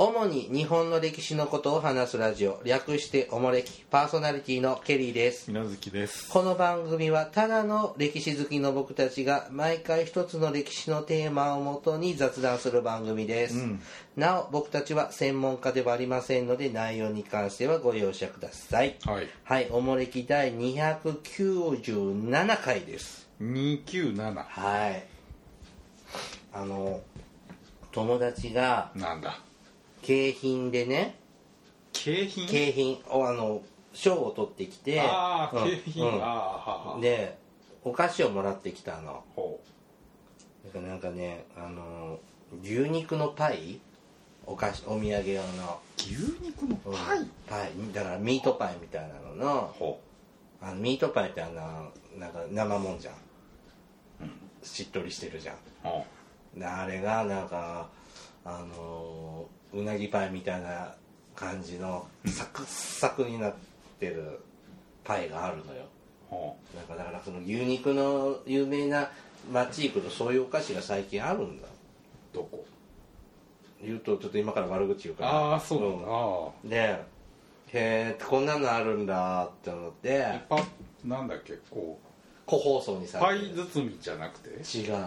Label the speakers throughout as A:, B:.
A: 主に日本の歴史のことを話すラジオ略しておもれきパーソナリティのケリーです
B: みなずきです
A: この番組はただの歴史好きの僕たちが毎回一つの歴史のテーマをもとに雑談する番組です、
B: うん
A: なお僕たちは専門家ではありませんので内容に関してはご容赦ください
B: はい
A: はいおもれき第297回です
B: 297
A: はいあの友達が
B: なんだ
A: 景品でね
B: 景品
A: 景品をあの賞を取ってきて
B: ああ
A: うん
B: 景品、
A: うん
B: ああはあはあ
A: でお菓子をもらってきたの
B: ほ
A: だからなんかねあの牛肉のパイお菓子お土産用の、
B: う牛肉の
A: うん
B: パイ、
A: パイだからミートパイみたいなのの
B: ほ
A: あのミートパイってあのなんか生もんじゃん、しっとりしてるじゃん
B: うほ
A: であれがなんかあのーうなぎパイみたいな感じのサクッサクになってるパイがあるのよ
B: うほ
A: なんかだからその牛肉の有名な町行くとそういうお菓子が最近あるんだ
B: うどこ
A: 言うとちょっと今から悪口言うから
B: ああそうなんだ、
A: うんでへえこんなのあるんだって思って
B: ああパなんだっけこ
A: 個包装に
B: う
A: さ
B: パ
A: れ
B: イ
A: てる
B: 包みじゃなくて
A: 違う違う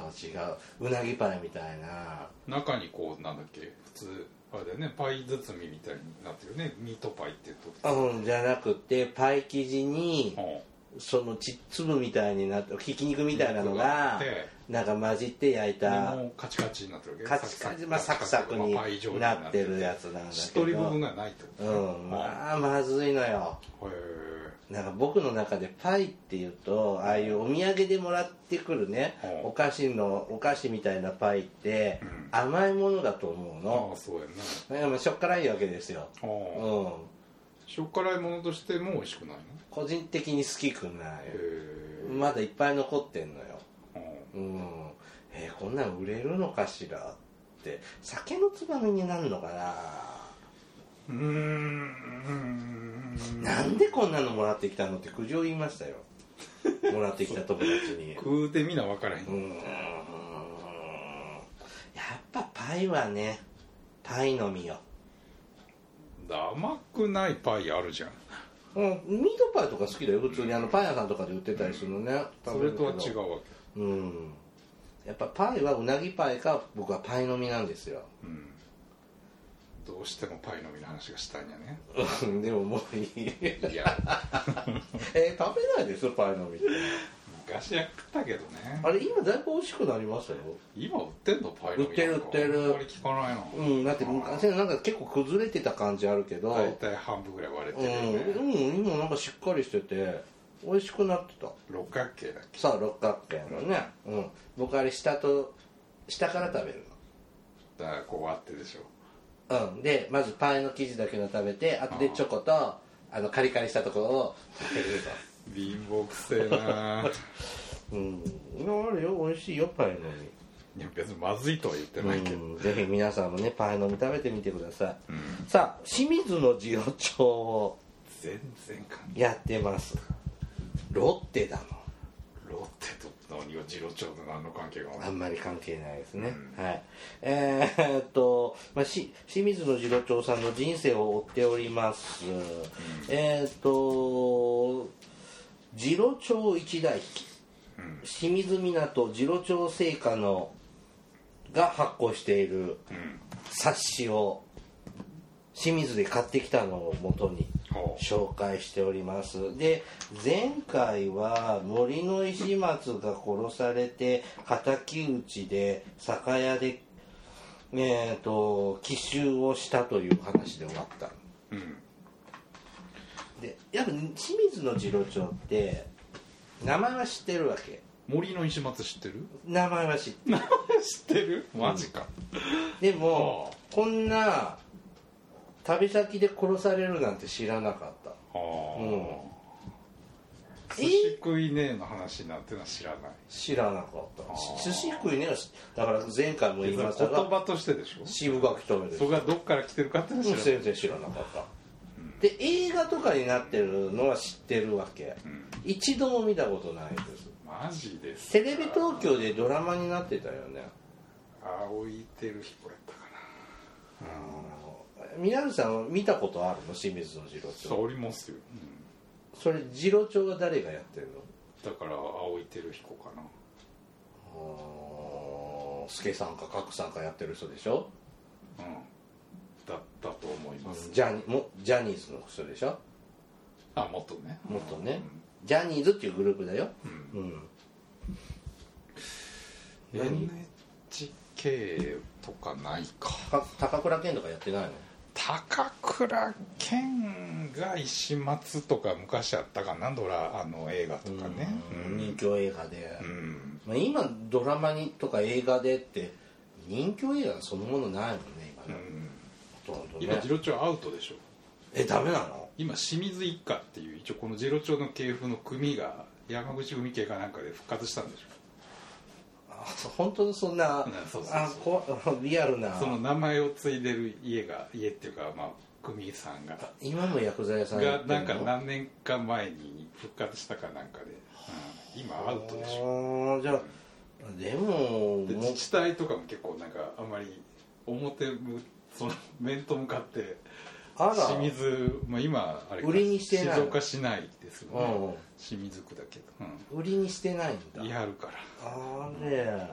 A: うなぎパイみたいな
B: 中にこうなんだっけ普通あれだよねパイ包みみたいになってるよねミートパイってと
A: うんじゃなくてパイ生地に
B: ほ
A: そのち粒みたいになってひき肉みたいなのが
B: で
A: なんか混じって焼い
B: で
A: た
B: もうカチカチになってるわけ
A: カチカチまあサクサクに
B: パイ状に
A: なってるやつなんだ
B: しっ
A: け
B: とり部
A: ど
B: 分がないってこと
A: うん
B: あ
A: まあまずいのよ
B: へえ
A: なんか僕の中でパイっていうとああいうお土産でもらってくるね
B: うん
A: お菓子のお菓子みたいなパイって
B: うん
A: 甘いものだと思う
B: ああ
A: の
B: そうやね
A: だからまあしょっからいわけですよ
B: あ
A: う
B: あ
A: ん
B: しょっからいものとしても美味しくないの
A: 個人的に好きくない
B: へえ
A: まだいっぱい残ってんのよ
B: あ
A: うん、えーこんなん売れるのかしらって酒のつまみになるのか
B: うーん
A: な、なんでこんなのもらってきたのって苦情言いま したよもらってきた友達にう
B: 食うてみな分からへん
A: ーんやっぱパイはねパイのみよ
B: 甘くないパイあるじゃん
A: うん、ミートパイとか好きだよ普通にあのパン屋さんとかで売ってたりするのね、
B: それとは違うわけ
A: ううんやっぱパイはうなぎパイか僕はパイのみなんですよ
B: うんどうしてもパイのみの話がしたいんやね
A: うんでももういい
B: いや
A: えー食べないですパイのみって
B: 昔やったけどね
A: あれ今だいぶ美味しくなりましたよ
B: 今売ってんのパイの実
A: 売ってる売ってる
B: あんまり聞かないな
A: うんだって昔のなんか結構崩れてた感じあるけど
B: 大体半分ぐらい割れて
A: う
B: るよ
A: ん、
B: ね
A: うん、今なんかしっかりしてて美味しくなってた
B: 六角形だっけ
A: さあ六角形のね、うん、僕あれ下と下から食べる
B: だからこう割ってでしょ
A: のうんでまずパイの生地だけの食べてあとでチョコとあのカリカリしたところを食べる
B: 貧乏くせえな
A: とうんいやあるよ美味しいよパイの
B: いや別にまずいとは言ってない
A: み、
B: けど
A: うん、ぜひ皆さんもねパイのみ食べてみてください
B: うん
A: さあ清水の次郎長を
B: 全然感じ
A: やってますロッテだ
B: ロッテと何が次郎長と何の関係があ
A: もん
B: る
A: あんまり関係ないですね、
B: う
A: はいえーっと、まあ、し清水の次郎長さんの人生を追っております、えーっと次郎長一代記
B: うん
A: 清水港次郎長製菓のが発行している
B: うん
A: 冊子を清水で買ってきたのを元に
B: ほう
A: 紹介しておりますで前回は森の石松が殺されて敵討ちで酒屋でえー、と奇襲をしたという話で終わった
B: うん
A: でやっぱ清水の次郎長って名前は知ってるわけ
B: 森の石松知ってる
A: 名前は知ってる
B: 知ってるマジか
A: でもこんな旅先で殺されるなんて知らなかった
B: はあ
A: え
B: 寿司食いねえの話なんてのは知らない
A: 知らなかった
B: あー
A: 寿司食いねはしだから前回も言い
B: 言
A: ましたが
B: 葉としてでしょ
A: 渋垣留めです
B: それがどっから来てるかってのは知らない
A: 全然知らなかった、で映画とかになってるのは知ってるわけ、
B: ん
A: 一度も見たことないで
B: マジです
A: す
B: か
A: テレビ東京でドラマになってたよね
B: ああ置いてる彦やったかな
A: あの南さんは見たことあるの清水の次郎
B: そ
A: 長
B: うおりますよ、うん
A: それ次郎長は誰がやってるの
B: だから青井輝彦かな
A: あー助さんか角さんかやってる人でしょ
B: うんだったと思います、
A: ジャニもジャニーズの人でしょ
B: あもっとね
A: もっとねジャニーズっていうグループだよ
B: うんうん
A: うん何
B: NHK とかないか
A: か高倉健とかやってないの
B: 高倉健が石松とか昔あったかなドラあの映画とかね
A: うん
B: うん
A: 人気映画で、
B: うん
A: まあ、今ドラマにとか映画でって人気映画そのものないもんね今
B: う
A: ね、
B: ん
A: ほとんど
B: 今
A: ね
B: 次郎長アウトでしょ
A: えダメなの
B: 今清水一家っていう一応この次郎長の系譜の組が山口組系かなんかで復活したんでし
A: あそう本当にそんな、
B: うんそうそうそう
A: あこ わリアルな
B: ょその名前を継いでる家が家っていうかまあ組さんが
A: 今も薬剤屋さんや
B: が
A: って
B: なんか
A: の
B: 何年か前に復活したかなんかで、うん今アウトでしょ
A: あーじゃあでも
B: で
A: もう
B: 自治体とかも結構なんかあんまり表むその面と向かって
A: あら
B: 清水、まあ、今あれか
A: 売りにしてない
B: 静岡市内ですよね、
A: うんうん
B: 清水区だけど、
A: 売りにしてないん
B: う
A: だ
B: ん、やるから
A: あれ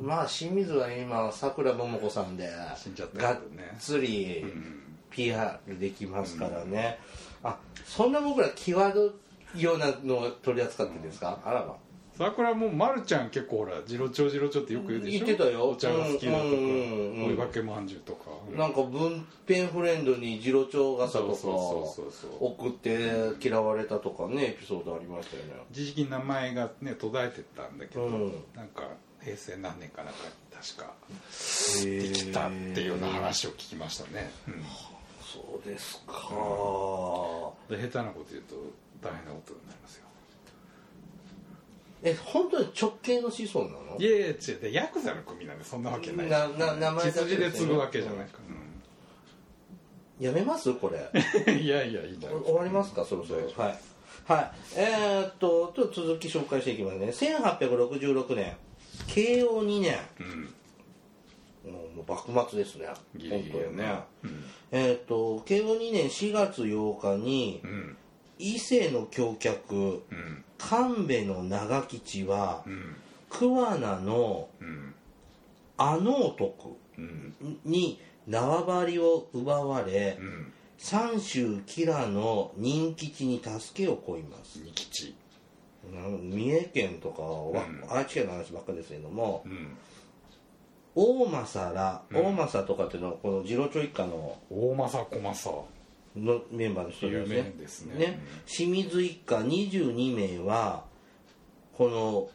A: まあ清水は今さくらももこさんで
B: 死んじゃったけど
A: がっ
B: ね
A: つり
B: うん、
A: PR できますからね、あそんな僕ら際どいようなのを取り扱ってるんですか、あらば
B: 桜もまるちゃん結構ほら「次郎長次郎長」ってよく言うでしょ
A: 言ってたよ
B: お茶が好きだとか、
A: うんうんうん
B: 追いかけまんじゅうとか、うん
A: なんか文編フレンドに次郎長傘
B: そ
A: と
B: うそう
A: か
B: そうそうそう
A: 送って嫌われたとかねエピソードありましたよね
B: 一時期名前がね途絶えてたんだけど、
A: うん
B: なんか平成何年かなんかに確か
A: で
B: できたっていうような話を聞きましたね、うん
A: そうですか、
B: で下手なこと言うと大変なことになりますよ
A: え本当に直系の子孫なの
B: いやいや違うでヤクザの組なんでそんなわけないし
A: なな名前だ
B: 血
A: けですよね
B: 筋で継ぐわけじゃないか
A: やめますこれ
B: ら、うんいやいやいいんだよ
A: 終わりますかそろそろはい、はい、えー、っとちょっと続き紹介していきますね1866年慶応2年
B: うん
A: もうもう幕末ですね
B: ギリギリよ
A: 本当
B: ね
A: にえー、っと慶応2年4月8日に
B: うん
A: 伊勢の橋脚
B: うん
A: 神戸の長吉は
B: うん
A: 桑名の
B: うん
A: 阿能徳
B: うん
A: に縄張りを奪われ
B: うん
A: 三州吉良の任吉に助けを乞います
B: 二吉
A: なん三重県とかは、
B: うん
A: 愛知県の話ばっかりですけども
B: うん
A: 大政ら、
B: うん
A: 大政とかっていうのはこの次郎長一家の
B: 大政小政
A: のメンバーの一人です
B: 有
A: ね
B: 名ですね
A: 清水一家22名はこの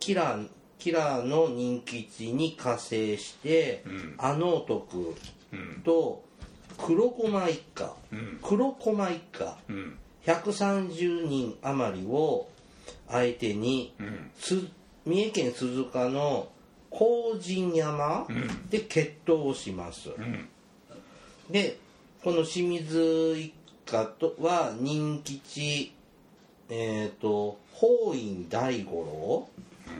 A: キラキラの人気地に加勢して
B: うん
A: 阿能徳
B: うん
A: と黒駒一家
B: うん
A: 黒駒一家
B: うん
A: 130人余りを相手に
B: うん
A: す三重県鈴鹿の高神山
B: うん
A: で決闘をします、
B: うん
A: でこの清水一家とは任吉えっ、と法院大五郎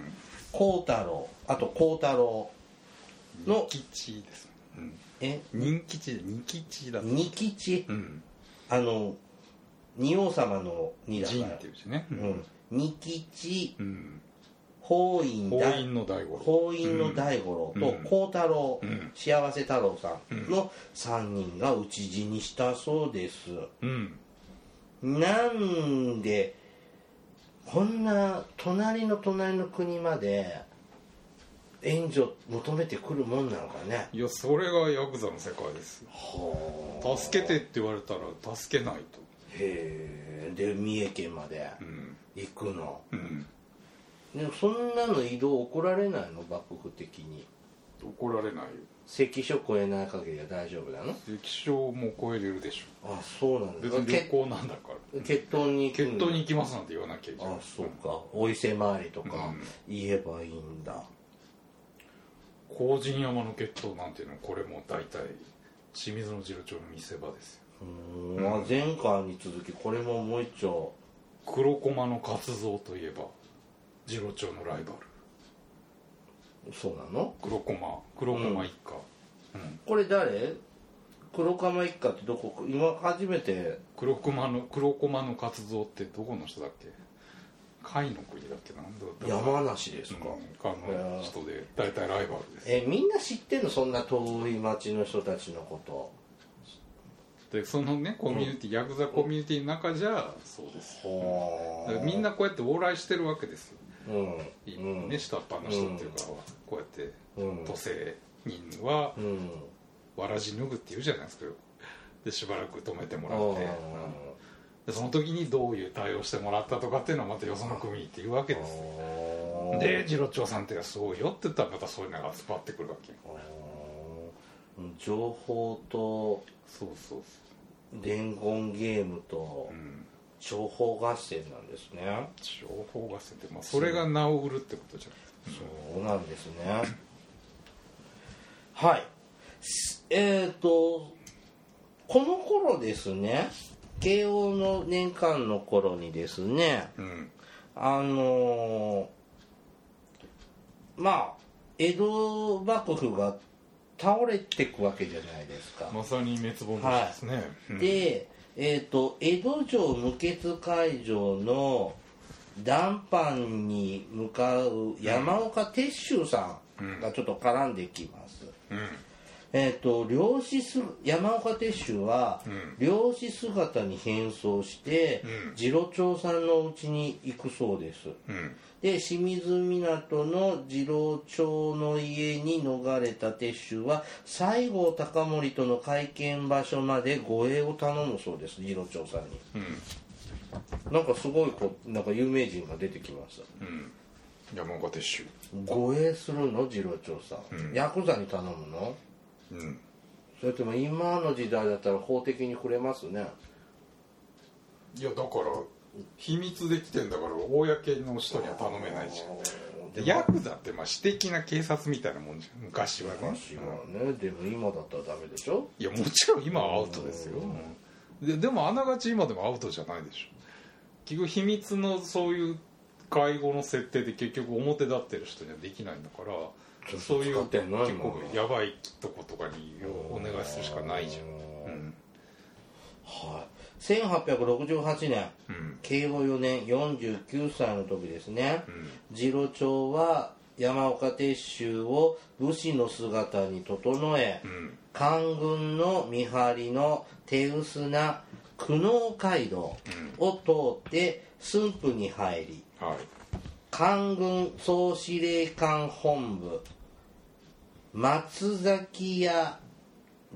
A: 幸太郎あと幸太郎の
B: 二吉ですうん
A: え
B: 人吉二吉だ
A: 二吉
B: うん
A: あの仁王様の二だか
B: 仁
A: ら
B: っていう字ね
A: うん、二吉
B: うん
A: 法院
B: 法
A: 大
B: 院の大五郎
A: 法院の大五郎と
B: うん
A: 幸太郎、
B: うん
A: 幸せ太郎さんの3人が討ち死にしたそうです
B: うん
A: なんでこんな隣の隣の国まで援助求めてくるもんなのかね
B: いやそれがヤクザの世界ですよ
A: は
B: 助けてって言われたら助けないと
A: へえで三重県まで
B: うん
A: 行くの
B: うん
A: でもそんなの移動怒られないの幕府的に
B: 怒られないよ
A: 関所超えない限りは大丈夫なの
B: 歴史をもう超えれるでし
A: あそうなん
B: ょ
A: で
B: 別
A: すか
B: に旅行なんだから
A: 決闘に行く
B: 決
A: んだ
B: 闘に行きますなんて言わなきゃいけない
A: あそうかお伊勢参りとか
B: うん
A: 言えばいいんだ、
B: 高人山の決闘なんていうのはこれも大体清水の次郎長の見せ場ですよ
A: うーんあ前回に続きこれももう一丁
B: 黒駒の活動といえば次郎長のライバル
A: そうなの
B: 黒駒黒駒一家、うん
A: これ誰黒釜一家ってどこ今初めて
B: 黒駒の黒駒の活動ってどこの人だっけ甲斐の国だっけなんだだから
A: 山梨ですか、
B: うんあの人で大体ライバルです
A: えみんな知ってんのそんな遠い町の人たちのこと
B: でそのねコミュニティ、ヤクザコミュニティの中じゃそうです
A: ほ
B: だからみんなこうやって往来してるわけですよ、
A: うんうん
B: ね下っ端の人っていうか、こうやって
A: うん
B: 土星人は
A: うん
B: わらじ脱ぐって言うじゃないですかでしばらく止めても
A: あ
B: ら
A: ー
B: って、でその時にどういう対応してもらったとかっていうのはまたよその組っていうわけです
A: あー
B: で次郎長さんってすごいよって言ったらまたそういうのが集まってくるわけ
A: あー情報と
B: そうそうそ
A: 伝言ゲームと
B: ううん
A: 情報合戦なんですね、
B: 情報合戦って、まあ、それが名を売るってことじゃない
A: そうなんですねはいすえっ、とこの頃ですね慶応の年間の頃にですね
B: うん
A: あのーまあ江戸幕府が倒れてくわけじゃないですか、
B: まさに滅亡のですね、うん
A: で、えー、と江戸城無血会場の談判に向かう山岡鉄舟さんがちょっと絡んできます、
B: うん
A: えー、と漁師す山岡鉄舟は
B: ん
A: 漁師姿に変装して
B: うん
A: 次郎長さんの家に行くそうです
B: うん
A: で清水港の次郎長の家に逃れた鉄舟は西郷隆盛との会見場所まで護衛を頼むそうです次郎長さんに
B: うん
A: なんかすごいこうなんか有名人が出てきました
B: うん山岡鉄舟
A: 護衛するの次郎長さん、
B: うん
A: ヤクザに頼むの
B: うん
A: それとも今の時代だったら法的に触れますね
B: いやだから秘密できてんだから公の人には頼めないじゃん
A: で
B: で
A: も
B: ヤクザってまあ私的な警察みたいなもんじゃん昔はね
A: 昔はねでも今だったらダメでしょ
B: いやもちろん今はアウトですよででもあながち今でもアウトじゃないでしょ結局秘密のそういう会合の設定で結局表立ってる人にはできないんだからそういう
A: 使っ
B: 結
A: てないもん
B: 構やばいとことかにお願いするしかないじゃんうん
A: はい1868年
B: うん
A: 慶応4年49歳の時ですね
B: うん
A: 次郎長は山岡鉄舟を武士の姿に整え
B: うん
A: 官軍の見張りの手薄な久能街道を通って駿府に入り
B: はい
A: 官軍総司令官本部松崎屋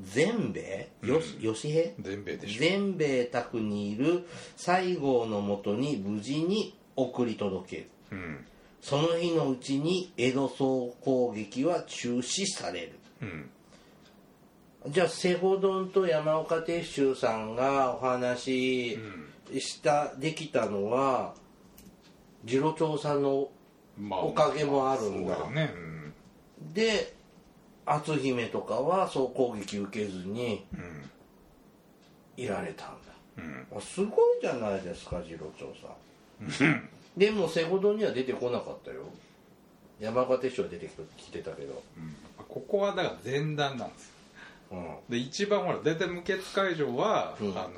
A: 善兵衛、よし吉兵衛
B: 全米でしょ
A: 全米宅にいる西郷のもとに無事に送り届ける
B: うん
A: その日のうちに江戸総攻撃は中止される
B: うん
A: じゃあ瀬古丼と山岡鉄舟さんがお話しした、できたのは次郎長さんの
B: まあ
A: おかげもあるんだ
B: そうよねうん
A: で篤姫とかは総攻撃受けずに
B: うん
A: いられたんだ
B: うん
A: あすごいじゃないですか次郎長さん でも瀬ほどには出てこなかったよ山岡鉄舟は出てきてたけど
B: うんここはだから前段なんですよ
A: うん
B: で一番ほら大体無血会場は、
A: うん
B: あの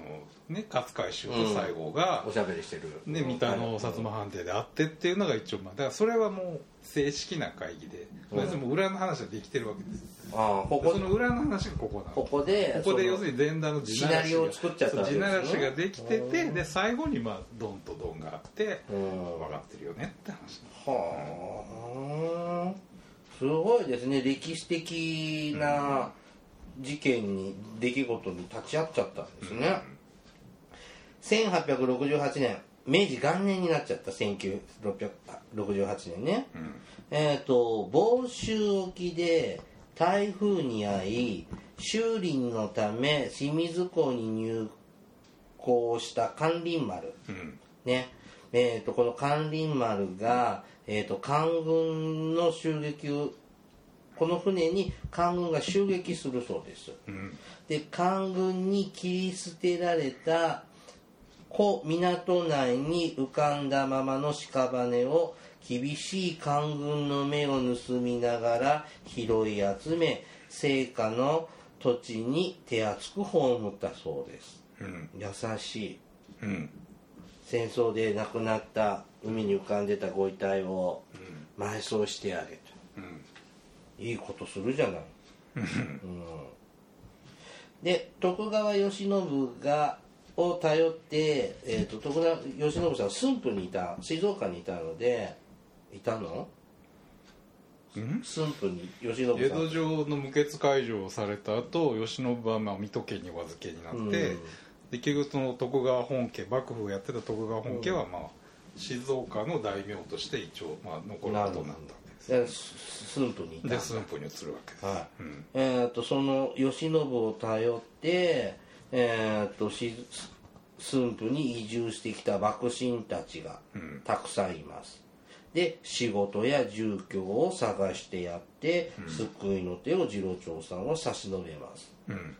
B: ね勝海舟と西郷が
A: お、しゃべりしてる
B: ね三田の
A: う
B: 薩
A: ん
B: 摩藩邸であってっていうのが一応まあだからそれはもう正式な会議で、
A: うん
B: 別にもう裏の話はできてるわけです
A: ああこ
B: で
A: こ
B: その裏の話がここなの
A: こ
B: こ
A: こでそ
B: こで
A: の
B: 要するに前段の地ならし
A: シナリオを作っちゃった
B: が
A: わけ
B: 地
A: です
B: な
A: ね
B: らしができてて、
A: うん
B: で最後にまあドンとドンがあって、
A: うん
B: 分かってるよねって話
A: はあすごいですね歴史的な事件に出来事に立ち会っちゃったんですね、1868年明治元年になっちゃった1968年ね、
B: ん
A: えっ、と房州沖で台風に遭い修理のため清水港に入港した関林丸、
B: うん
A: ねえー、とこの関林丸が、えー、と官軍の襲撃をこの船に官軍が襲撃するそうです
B: うん
A: で官軍に切り捨てられた古港内に浮かんだままの屍を厳しい官軍の目を盗みながら拾い集め成果の土地に手厚く葬ったそうです
B: うん
A: 優しい
B: うん
A: 戦争で亡くなった海に浮かんでたご遺体を埋葬してあげた
B: うん
A: いいことするじゃない、うん、で徳川慶喜がを頼って、えー、と徳川慶喜さんは駿府にいた静岡にいたのでいたの
B: うん
A: 駿府に慶喜さん
B: 江戸城の無血解除をされた後慶喜はまあ水戸家にお預けになって、
A: うん
B: で結局その徳川本家幕府をやってた徳川本家はまあ静岡の大名として一応まあ残ることになったんです
A: で駿府にいた
B: で駿府に移るわけです、
A: はい
B: うん
A: えー、とその慶喜を頼って、えー、とし駿府に移住してきた幕臣たちが
B: うん
A: たくさんいます、で仕事や住居を探してやって、救いの手を次郎長さんは差し伸べます
B: うん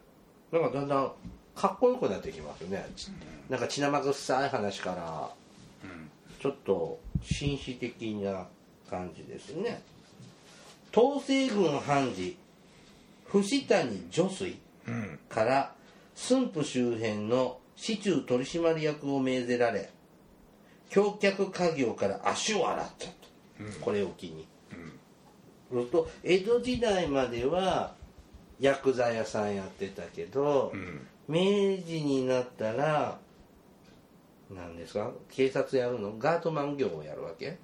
A: なんかだんだんかっこよくなってきますよね、ちなんか血生臭い話から
B: うん
A: ちょっと紳士的な感じですね統制軍判事藤谷助水
B: うん
A: から駿府周辺の市中取締役を命ぜられ橋脚家業から足を洗っちゃった、これを機に、そうすると江戸時代までは薬剤屋さんやってたけど、
B: うん
A: 明治になったら何ですか警察やるのガートマン業をやるわけ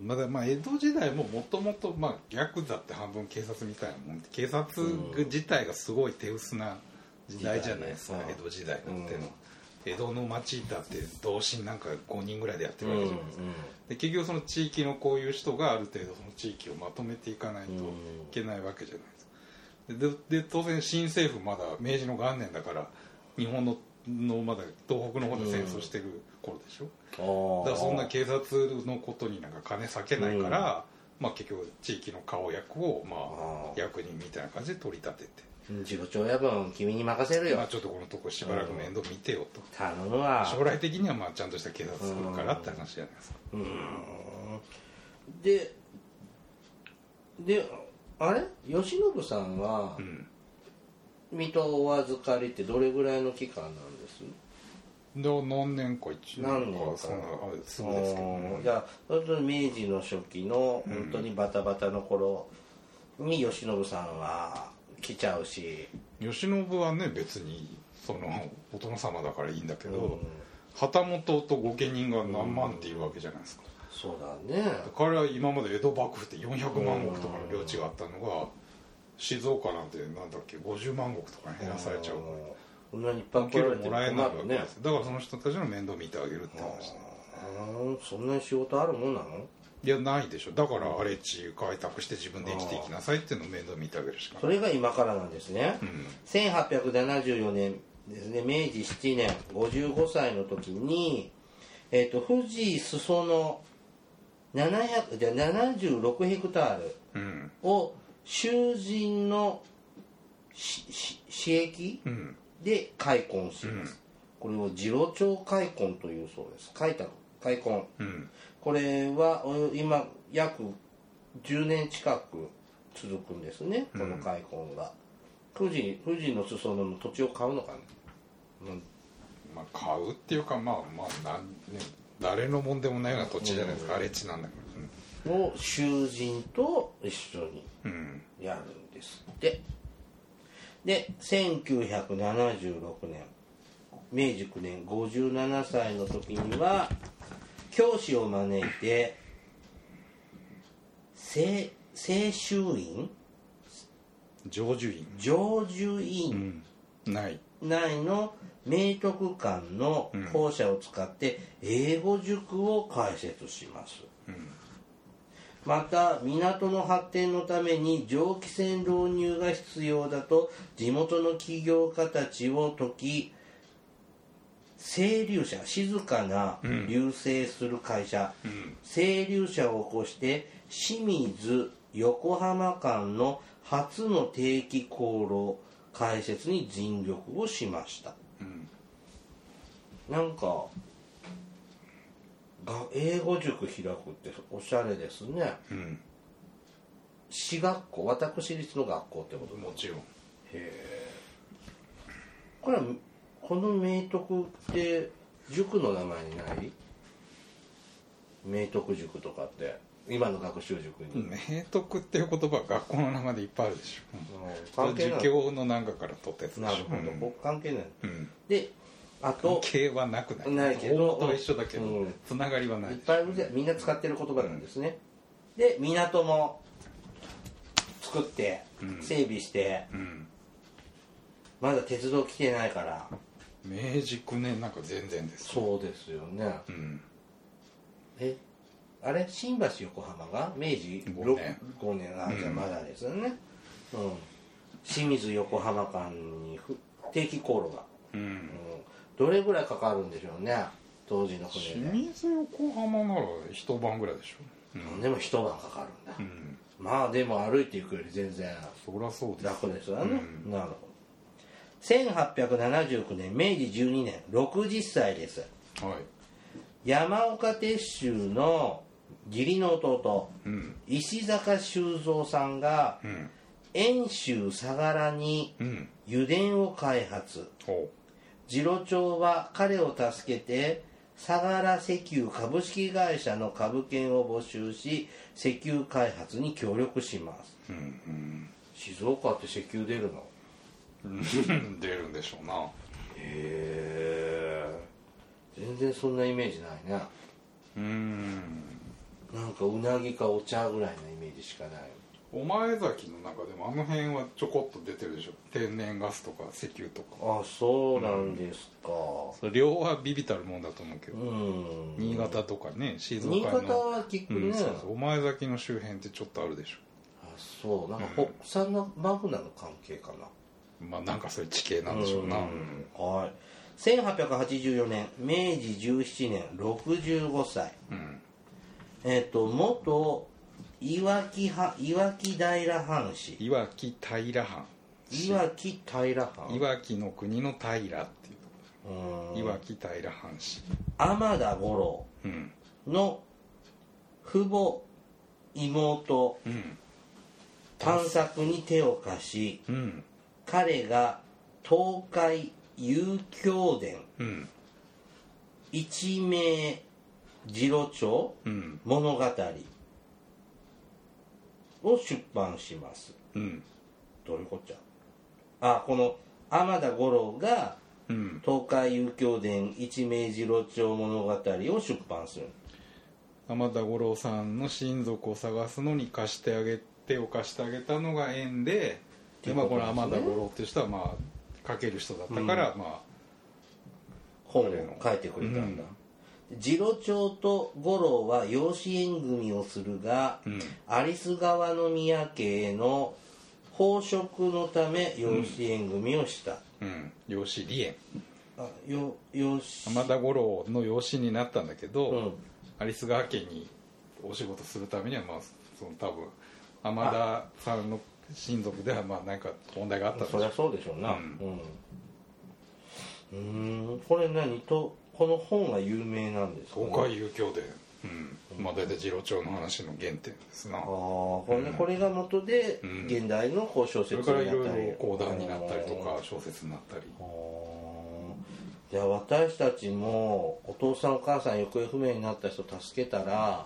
B: まだまあ江戸時代ももともとまあヤクザって半分警察みたいなもんで警察自体がすごい手薄な時代じゃないですか、
A: 時代ね
B: 江戸時代なんての、
A: うん
B: 江戸の町だって同心なんか5人ぐらいでやってるわけじゃないですか、
A: うんうん
B: で結局その地域のこういう人がある程度その地域をまとめていかないといけないわけじゃないですかでで当然新政府まだ明治の元年だから日本ののまだ東北の方で戦争してる頃でしょ、だからそんな警察のことになんか金割けないから、まあ、結局地域の顔役を、ま
A: あ
B: あ、役人みたいな感じで取り立て
A: 自己調夜分君に任せる
B: て、まあ、
A: よ
B: ちょっとこのとこしばらく面倒見てよと
A: 頼むわ
B: 将来的にはまあちゃんとした警察作るからって話じゃないですか
A: でであれ慶喜さんは
B: うん
A: 水戸をお預かりってどれぐらいの期間なんです
B: で何年か一
A: 何
B: 年
A: 年か
B: かそんなあれすぐですけど
A: うんじゃあ本当に明治の初期の本当にバタバタの頃に慶喜さんは来ちゃうし、
B: 慶喜はね別にそのお殿様だからいいんだけど、
A: うん
B: 旗本と御家人が何万っていうわけじゃないですか、
A: そうだね
B: 彼は今まで江戸幕府って400万石とかの領地があったのが静岡なんてなんだっけ50万石とかに減らされちゃうから
A: こんなにいっぱい来
B: 給
A: ら
B: 料
A: れて
B: もらえないわ
A: 困
B: け
A: るね
B: ですだからその人たちの面倒見てあげるって話
A: うんそんなに仕事あるもんなの
B: いやないでしょだから荒れ地開拓して自分で生きていきなさいっていうのを面倒見てあげるしか
A: そ
B: ない
A: れが今からなんですね、
B: ん
A: 1874年ですね明治7年55歳の時に、えっと富士裾野700じゃ76ヘクタール
B: うん
A: を囚人のしし私益
B: うん
A: で開墾します、これを次郎長開墾というそうです開拓開墾
B: うん
A: これはお今約10年近く続くんですねこの開墾が、富士富士の裾野の土地を買うのかな、うん
B: まあ買うっていうかまあまあなん、ね、誰のもんでもないような土地じゃないですか荒れ地なんだから
A: を囚人と一緒に
B: うんうん
A: やるんですってで1976年明治9年57歳の時には教師を招いて清清州院
B: 常住院
A: 常住
B: う
A: 院
B: んない
A: 内の明徳館の校舎を使って英語塾を開設します、また港の発展のために蒸気船導入が必要だと地元の起業家たちを説き清流者静かな流星する会社、
B: うん
A: 清流者を起こして清水横浜間の初の定期航路開設に尽力をしました
B: うん
A: なんかが英語塾開くっておしゃれですね
B: うん
A: 私学校私立の学校ってこと
B: もちろん
A: へーこれはこの明徳って塾の名前にない明徳塾とかって今の学習塾に、
B: 明徳っていう言葉は学校の中でいっぱいあるでしょ、
A: 関係ない
B: 授業のなんかから取ったやつでしょ
A: なるほど、僕関係ない
B: うんうん
A: であと
B: 系はなくない
A: ないけど
B: 大元は一緒だけど、
A: うん
B: つながりはないい
A: っぱいあるじゃんみんな使ってる言葉なんですね、で港も作って
B: うん
A: 整備して、
B: うん
A: まだ鉄道来てないから
B: 明治9年なんか全然です
A: そうですよね
B: うん
A: えあれ新橋横浜が明治
B: 五
A: 6
B: 年
A: 5年あじゃあ
B: うん
A: まだですよね、うん清水横浜間にふ定期航路が、
B: う
A: うん
B: ん、
A: どれぐらいかかるんでしょうね当時の
B: 清
A: 船で、
B: 水横浜なら一晩ぐらいでしょ、うん
A: でも一晩かかるんだ、
B: うん、
A: まあでも歩いていくより全然
B: そりゃそうです
A: 楽ですわね、
B: うん
A: なるほど1879年明治12年60歳です
B: はい
A: 山岡鉄舟の義理の弟
B: うん
A: 石坂修造さんが
B: うん
A: 遠州相良に
B: うん
A: 油田を開発
B: ほ
A: 次郎町は彼を助けて相良石油株式会社の株券を募集し石油開発に協力します
B: ううん
A: 静岡って石油出るの
B: うん出るんで しょうな
A: へえ全然そんなイメージないね
B: うん
A: なんかうなぎかお茶ぐらいのイメージしかない
B: お前崎の中でもあの辺はちょこっと出てるでしょ天然ガスとか石油とか
A: あそうなんですか
B: それ量はビビたるもんだと思うけど、
A: うん
B: 新潟とかね静岡の
A: 新潟は聞く
B: う
A: ね、
B: ん、そうそうお前崎の周辺ってちょっとあるでしょ
A: あそうなんか国産のマグナの関係かな
B: まあなんかそういう地形なんでしょうなうん
A: はい1884年明治17年65歳
B: うん
A: えっ、と元いわきは岩木平藩士
B: いわき平藩
A: いわき平藩
B: いわきの国の平っていう
A: う
B: とこ
A: ん
B: いわき平藩市
A: 天田五郎
B: うん
A: の父母妹
B: うん
A: 探索に手を貸し
B: うん
A: 彼が東海遊興殿
B: うん
A: 一名次郎長
B: うん
A: 物語を出版します
B: うん
A: どういうこっちゃあこの天田五郎が
B: うん
A: 東海遊興殿一名次郎長物語を出版する
B: 天田五郎さんの親族を探すのに貸してあげ手を貸してあげたのが縁で
A: てい
B: で、
A: う
B: まあ、
A: こ
B: ことの
A: なんですね
B: 天田五郎っていう人はまあ書ける人だったから、ま
A: 本を書いてくれたんだ、次郎長と五郎は養子縁組をするが、
B: うん
A: 有栖川の宮家への飽食のため養子縁組をした、
B: あうん養子離縁
A: あよ養子
B: 天田五郎の養子になったんだけど、
A: うん
B: 有栖川家にお仕事するためにはまあその多分天田さんの親族ではまあなんか問題があったんでし
A: そ
B: ょ
A: り
B: う
A: ゃそうでしょうな
B: う
A: うんうーんこれ何とこの本が有名なんですか、
B: 東海遊興で、うんまあ、大体次郎長の話の原点ですな
A: ああこれ,、これが元で
B: うん
A: 現代のこう小
B: そ
A: 説
B: れ
A: に
B: から
A: なっ
B: い
A: た
B: ろいろ
A: り
B: 講談になったりとか小説になったり
A: あーじゃあ私たちもお父さんお母さん行方不明になった人助けたら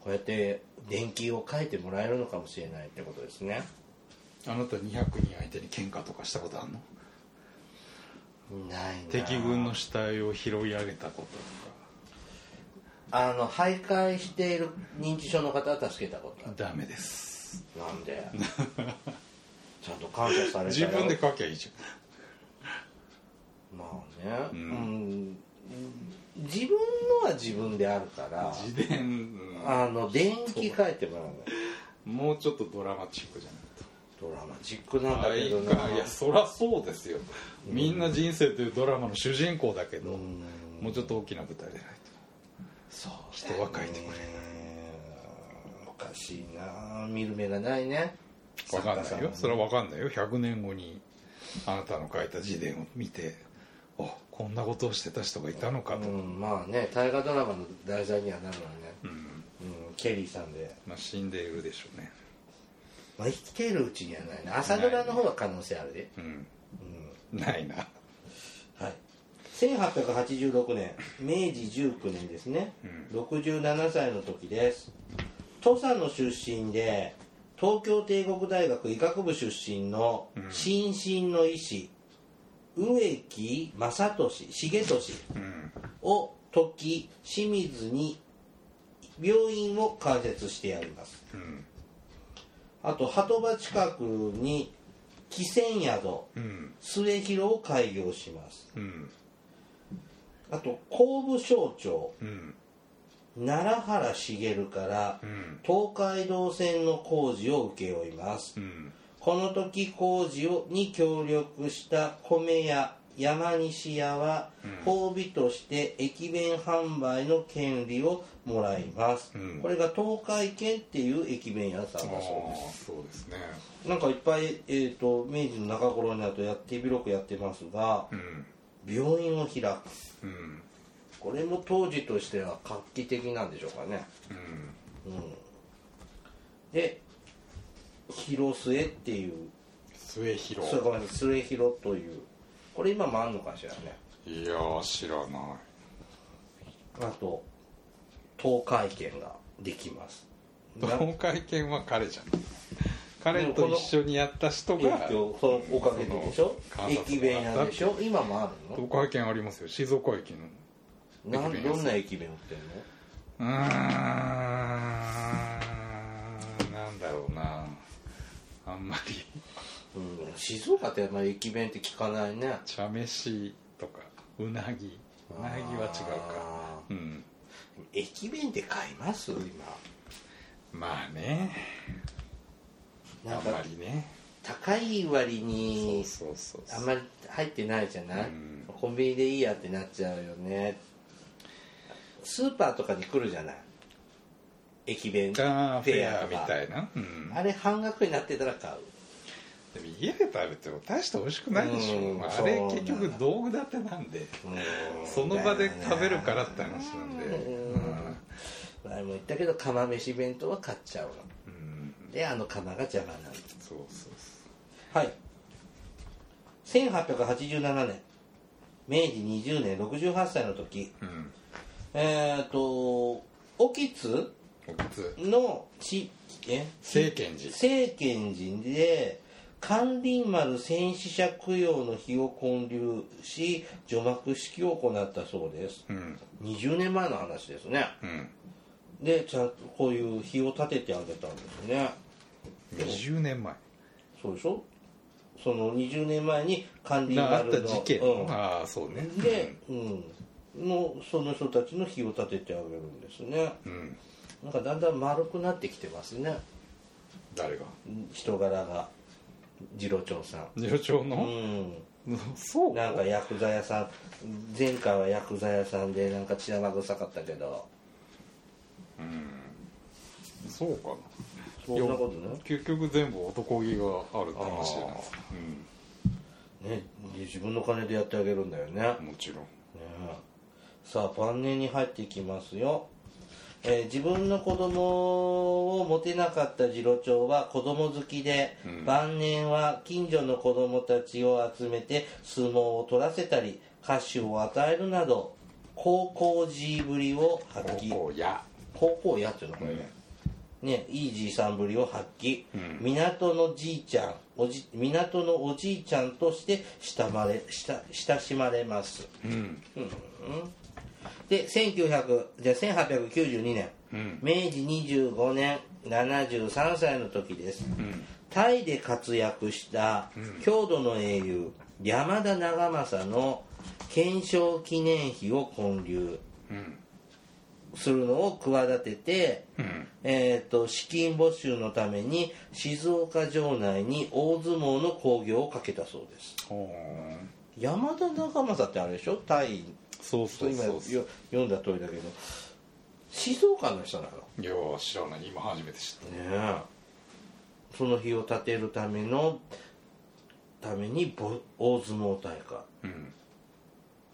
A: こうやって電気を書いてもらえるのかもしれないってことですね
B: あなた200人相手に喧嘩とかしたことあんの
A: ないな
B: 敵軍の死体を拾い上げたこととか
A: あの徘徊している認知症の方は助けたことある
B: ダメです
A: なんで ちゃんと感謝された
B: 自
A: よ
B: 分で書きゃいいじ
A: まあね、う
B: うんん
A: 自分のは自分であるから
B: ゃん自伝、うん
A: あの電気書いてもらうの
B: もうちょっとドラマチックじゃないと
A: ドラマチックなんだけど
B: あ
A: ない
B: いかいやそりゃそうですよ、みんな人生というドラマの主人公だけど、
A: うん
B: もうちょっと大きな舞台でない
A: そう
B: 人は書いてくれ
A: おかしいな見る目がないね
B: と分かんな
A: 作家
B: いよ
A: さ
B: それは分かんないよ100年後にあなたの書いた自伝を見てあこんなことをしてた人がいたのかと、
A: うんまあね大河ドラマの題材にはなるわね、
B: うん
A: うん、ケリーさんで
B: まあ、死んでいるでしょうね
A: まあ、生きてるうちにはないな朝ドラの方は可能性あるで、
B: うん
A: うん、
B: ないな
A: はい、1886年明治19年ですね、67歳の時です土佐の出身で東京帝国大学医学部出身の新進の医師、植木正俊重俊
B: うん
A: を時清水に病院を開設してあります
B: うん
A: あと鳩場近くに汽船宿
B: うん
A: 末広を開業します
B: うん
A: あと甲武省庁
B: うん
A: 奈良原茂から
B: うん
A: 東海道線の工事を請け負います
B: うん
A: この時工事をに協力した米屋山西屋は褒美として駅弁販売の権利をもらいます、
B: うん
A: これが東海圏っていう駅弁屋さ
B: あ
A: んだそうで
B: あそうですね
A: すなんかいっぱい、えー、と明治の中頃になるとやって広くやってますが
B: うん
A: 病院を開く
B: うん
A: これも当時としては画期的なんでしょうかね
B: うん
A: で広末っていう
B: 末広
A: それごめんなさい末広というこれ今もあんのかしらね
B: いやー知らない
A: あと東海圏ができます
B: 東海圏は彼じゃない彼と一緒にやった人
A: 影
B: が
A: 響そのおかげででしょ
B: その
A: 駅弁屋でしょ今もある
B: 東海圏ありますよ静岡駅の
A: のな
B: 駅
A: ん
B: 弁屋さ
A: ど
B: ん
A: んな駅弁売ってるの
B: うーんなんだろうなあんまり
A: うん、静岡ってあんまり駅弁って聞かないね
B: 茶飯とかうなぎうなぎは違うか
A: あ
B: うん
A: ー駅弁って買います今
B: まあねあ
A: なん
B: ん
A: か
B: まりね
A: 高い割
B: そ
A: に
B: うそうそう
A: あんまり入ってないじゃない、
B: うん
A: コンビニでいいやってなっちゃうよねスーパーとかに来るじゃない駅弁
B: あーフェア
A: フ
B: み
A: ェアとか
B: たいな、うん、
A: あれ半額になってたら買う
B: でも家で食べても大して美味しくないでしょ、
A: うん
B: まあ、あ
A: そう
B: れ結局道具立てなんでその場で食べるからって話なんで、
A: うん前も言ったけど釜飯弁当は買っちゃうの
B: うんうん、
A: であの釜が邪魔になる
B: そうそうそ
A: はい1887年明治20年68歳の時
B: ううん
A: えっ、と沖津
B: おかつ
A: の地え
B: 聖賢寺
A: 聖賢寺で関林丸戦死者供養の日を建立し除幕式を行ったそうです
B: うん
A: 20年前の話ですね
B: うん
A: でちゃんとこういう日を立ててあげたんですね
B: 20年前
A: そうでしょその20年前に関林
B: なあっ
A: 丸
B: た
A: の
B: 事件、
A: うん
B: ああそうね
A: で、うん、のその人たちの日を立ててあげるんですね
B: うん
A: なんかだんだん丸くなってきてますね
B: 誰が
A: 人柄が次郎長さん
B: 女長
A: う
B: の、
A: ん
B: そう
A: なんかヤクザ屋さん前回はヤクザ屋さんでなんか血生臭かったけど
B: そうか
A: そんなことね
B: な結局全部男気があるって話じゃないですか、
A: ねで自分の金でやってあげるんだよね
B: うん、もちろん
A: ねさあ晩年に入っていきますよ、えー自分の子供を持てなかった次郎長は子供好きで、晩年は近所の子供たちを集めて相撲を取らせたり歌手を与えるなど高校 G ぶりを発揮
B: 高校や
A: 高校やっていうのこれね、ねいいじいさんぶりを発揮、港のじいちゃんおじ港のおじいちゃんとして親まれ親親しまれます、
B: うん
A: で1900じゃあ1892年、
B: うん
A: 明治25年73歳の時です、タイで活躍した郷土の英雄山田長政の顕彰記念碑を建立
B: うん
A: するのを企てて、
B: うん
A: えー、と資金募集のために静岡城内に大相撲の興行をかけたそうです
B: ほー
A: 山田長政ってあれでしょタイ
B: そうそう
A: 今
B: そうそう
A: よ読んだ通りだけど静岡の人なのね
B: いやー知らない今初めて知っ
A: えその日を立てるためのためにぼ大相撲大会
B: たうん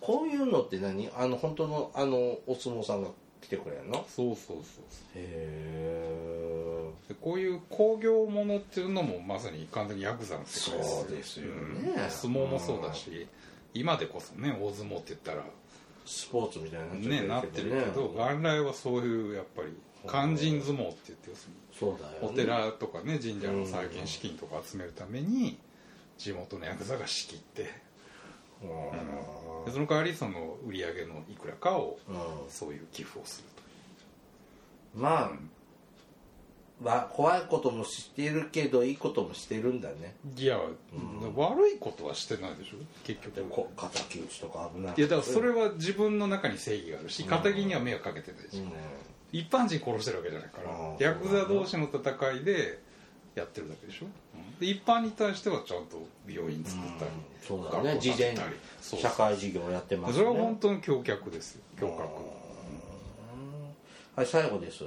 A: こういうのって何あの本当のあのお相撲さんが来てくれるの
B: そうそうそうそ
A: へえ
B: でこういう工業ものっていうのもまさに完全にヤクザの世界
A: そうですよね
B: うん相撲もそうだし、今でこそね大相撲って言ったら
A: スポーツみたいに
B: ねなってるけど元来はそういうやっぱり肝心相撲って言って要するに
A: そうだよ、ね、
B: お寺とかね神社の再建資金とか集めるために地元のヤクザが仕切って
A: うん
B: でその代わりその売り上げのいくらかを
A: う
B: そういう寄付をすると
A: んまあ、まあ、怖いことも知ってるけどいいこともしてるんだね
B: いや、悪いことはしてないでしょ結局
A: でこ敵討ちとか危ない
B: いやだからそれは自分の中に正義があるし敵には迷惑かけてないし、
A: うん
B: 一般人殺してるわけじゃないから、
A: うん
B: ヤクザ同士の戦いでやってるだけでしょ、で一般に対してはちゃんと病院作ったり、
A: そうだね事前に
B: そう
A: 社会事業やってますね
B: それは本当に強客ですよ強客
A: はい最後です、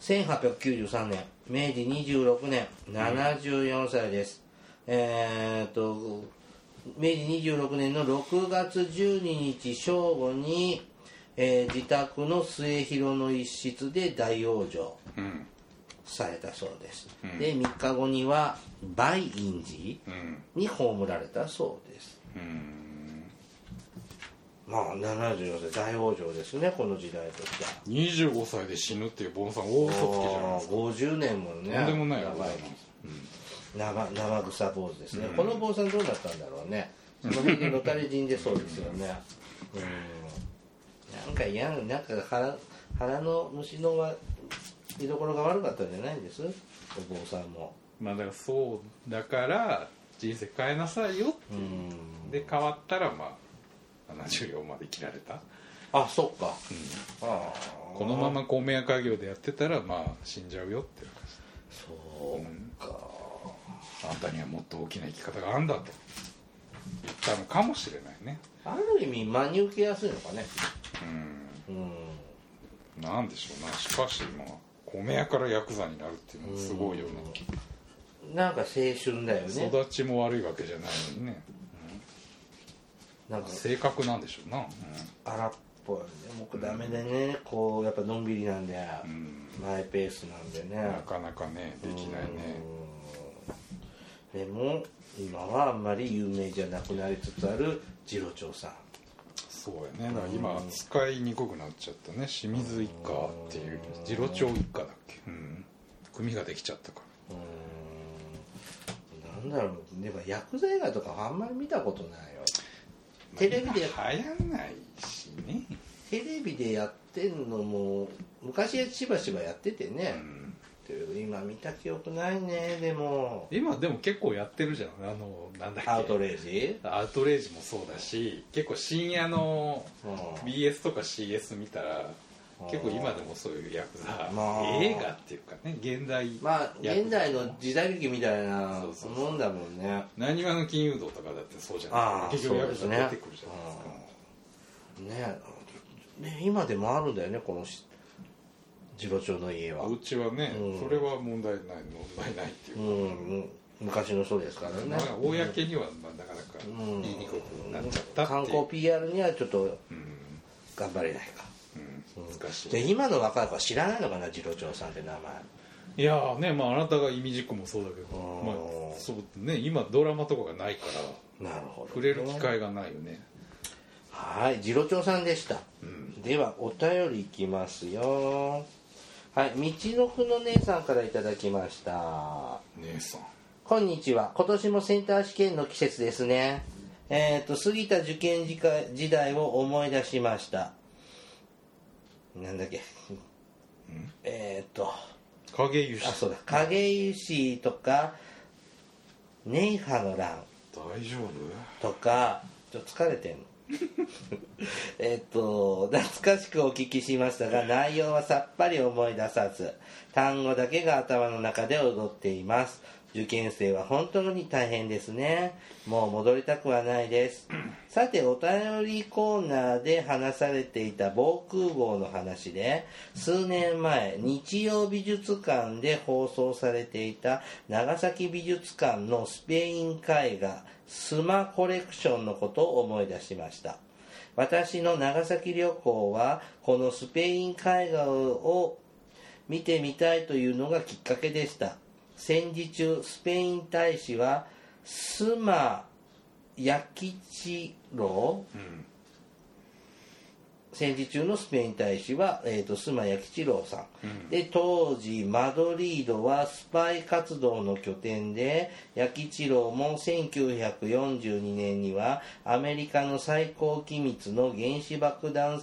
A: 1893年明治26年74歳です、えーっと明治26年の6月12日正午に、えー自宅の末広の一室で大往生
B: うん
A: されたそうです、で3日後には梅院寺
B: うん
A: に葬られたそうです
B: うん
A: まあ74歳大往生ですねこの時代としては
B: 25歳で死ぬっていうボンさん大嘘つきじゃないですか
A: 50年もね
B: とんでもない
A: 長
B: よ
A: い長長草坊主ですね、この坊さんどうなったんだろうねその辺でのたれ死んでそうですよねうんなんか嫌ななんか腹腹の虫のは居所が悪かったんじゃないんですお坊さんも
B: まあだからそうだから人生変えなさいよっ
A: う
B: ていうんで変わったらまあ70両まで切られた
A: あそっか、ああ
B: このまま公明屋家業でやってたらまあ死んじゃうよっていう
A: そうか、
B: あんたにはもっと大きな生き方があんだと言ったのかもしれないね
A: ある意味真に受けやすいのかね
B: うん
A: うん
B: なんでしょうなしかしまあ公明屋からヤクザになるっていうのはすごいよね
A: なんか青春だよね
B: 育ちも悪いわけじゃないのにね
A: なんか
B: 性格なんでしょうな、
A: 荒っぽいね僕ダメでね、こうやっぱのんびりなんで、
B: うん
A: マイペースなんで
B: うん、
A: ね
B: なかなかねできないね
A: うんでも今はあんまり有名じゃなくなりつつある次郎長さん
B: そうやねだから今扱いにくくなっちゃったね清水一家っていう次郎長一家だっけ、うん、組ができちゃったから
A: うんなんだろうでも薬剤映画とかあんまり見たことないよテレビで
B: 流行んないしね、
A: テレビでやってんのも昔しばしばやっててね、
B: うん
A: けど今見た記憶ないねでも
B: 今でも結構やってるじゃんあのなんだっけ
A: アウトレイジ、
B: アウトレイジもそうだし結構深夜の
A: うん
B: BS とか CS 見たら結構今でもそういうヤクザ
A: まあ
B: 映画っていうかね現代
A: まあ
B: ヤクザ
A: 現代の時代劇みたいな
B: そうそうそう
A: もんだもんね
B: なにわの金融道とかだってそうじゃ
A: あ
B: な
A: あ
B: い結局
A: そ
B: ヤ
A: う
B: ク
A: です
B: ザ
A: ね
B: 出てくるじゃないですか
A: ねね今でもあるんだよねこのし次郎長の家は
B: おうちはね、
A: うん
B: それは問題ない問題ないっていう
A: ん
B: う、
A: うん昔の人ですからね
B: まあ、公にはまあなかなか
A: うん
B: 言いにくくなっちゃった
A: 観
B: っていう
A: 光、PR にはちょっと
B: うん
A: 頑張れないか
B: うん、難しい
A: で今の若い子は知らないのかな次郎長さんって名前
B: いやーねまああなたが意味軸もそうだけど
A: あー
B: まあそうね今ドラマとかがないから
A: なるほど、ね、
B: 触れる機会がないよね
A: はい、次郎長さんでした。では、お便りいきますよ。はい、みちのくの姉さんからいただきました。
B: 姉さん
A: こんにちは。今年もセンター試験の季節ですね。えっ、と、過ぎた受験時か時代を思い出しました。なんだっけ。えっ、と、
B: 影ゆし
A: あ、そうだ。影石とか、ネイハの乱。
B: 大丈夫
A: とかちょっと疲れてんのえっと懐かしくお聞きしましたが内容はさっぱり思い出さず単語だけが頭の中で踊っています受験生は本当に大変ですねもう戻りたくはないですさてお便りコーナーで話されていた防空壕の話で数年前日曜美術館で放送されていた長崎美術館のスペイン絵画スマコレクションのことを思い出しました私の長崎旅行はこのスペイン絵画を見てみたいというのがきっかけでした戦時中スペイン大使は須磨八吉郎
B: うん
A: 戦時中のスペイン大使は、えー、と須磨八吉郎さん、で当時マドリードはスパイ活動の拠点で八吉郎も1942年にはアメリカの最高機密の原子爆弾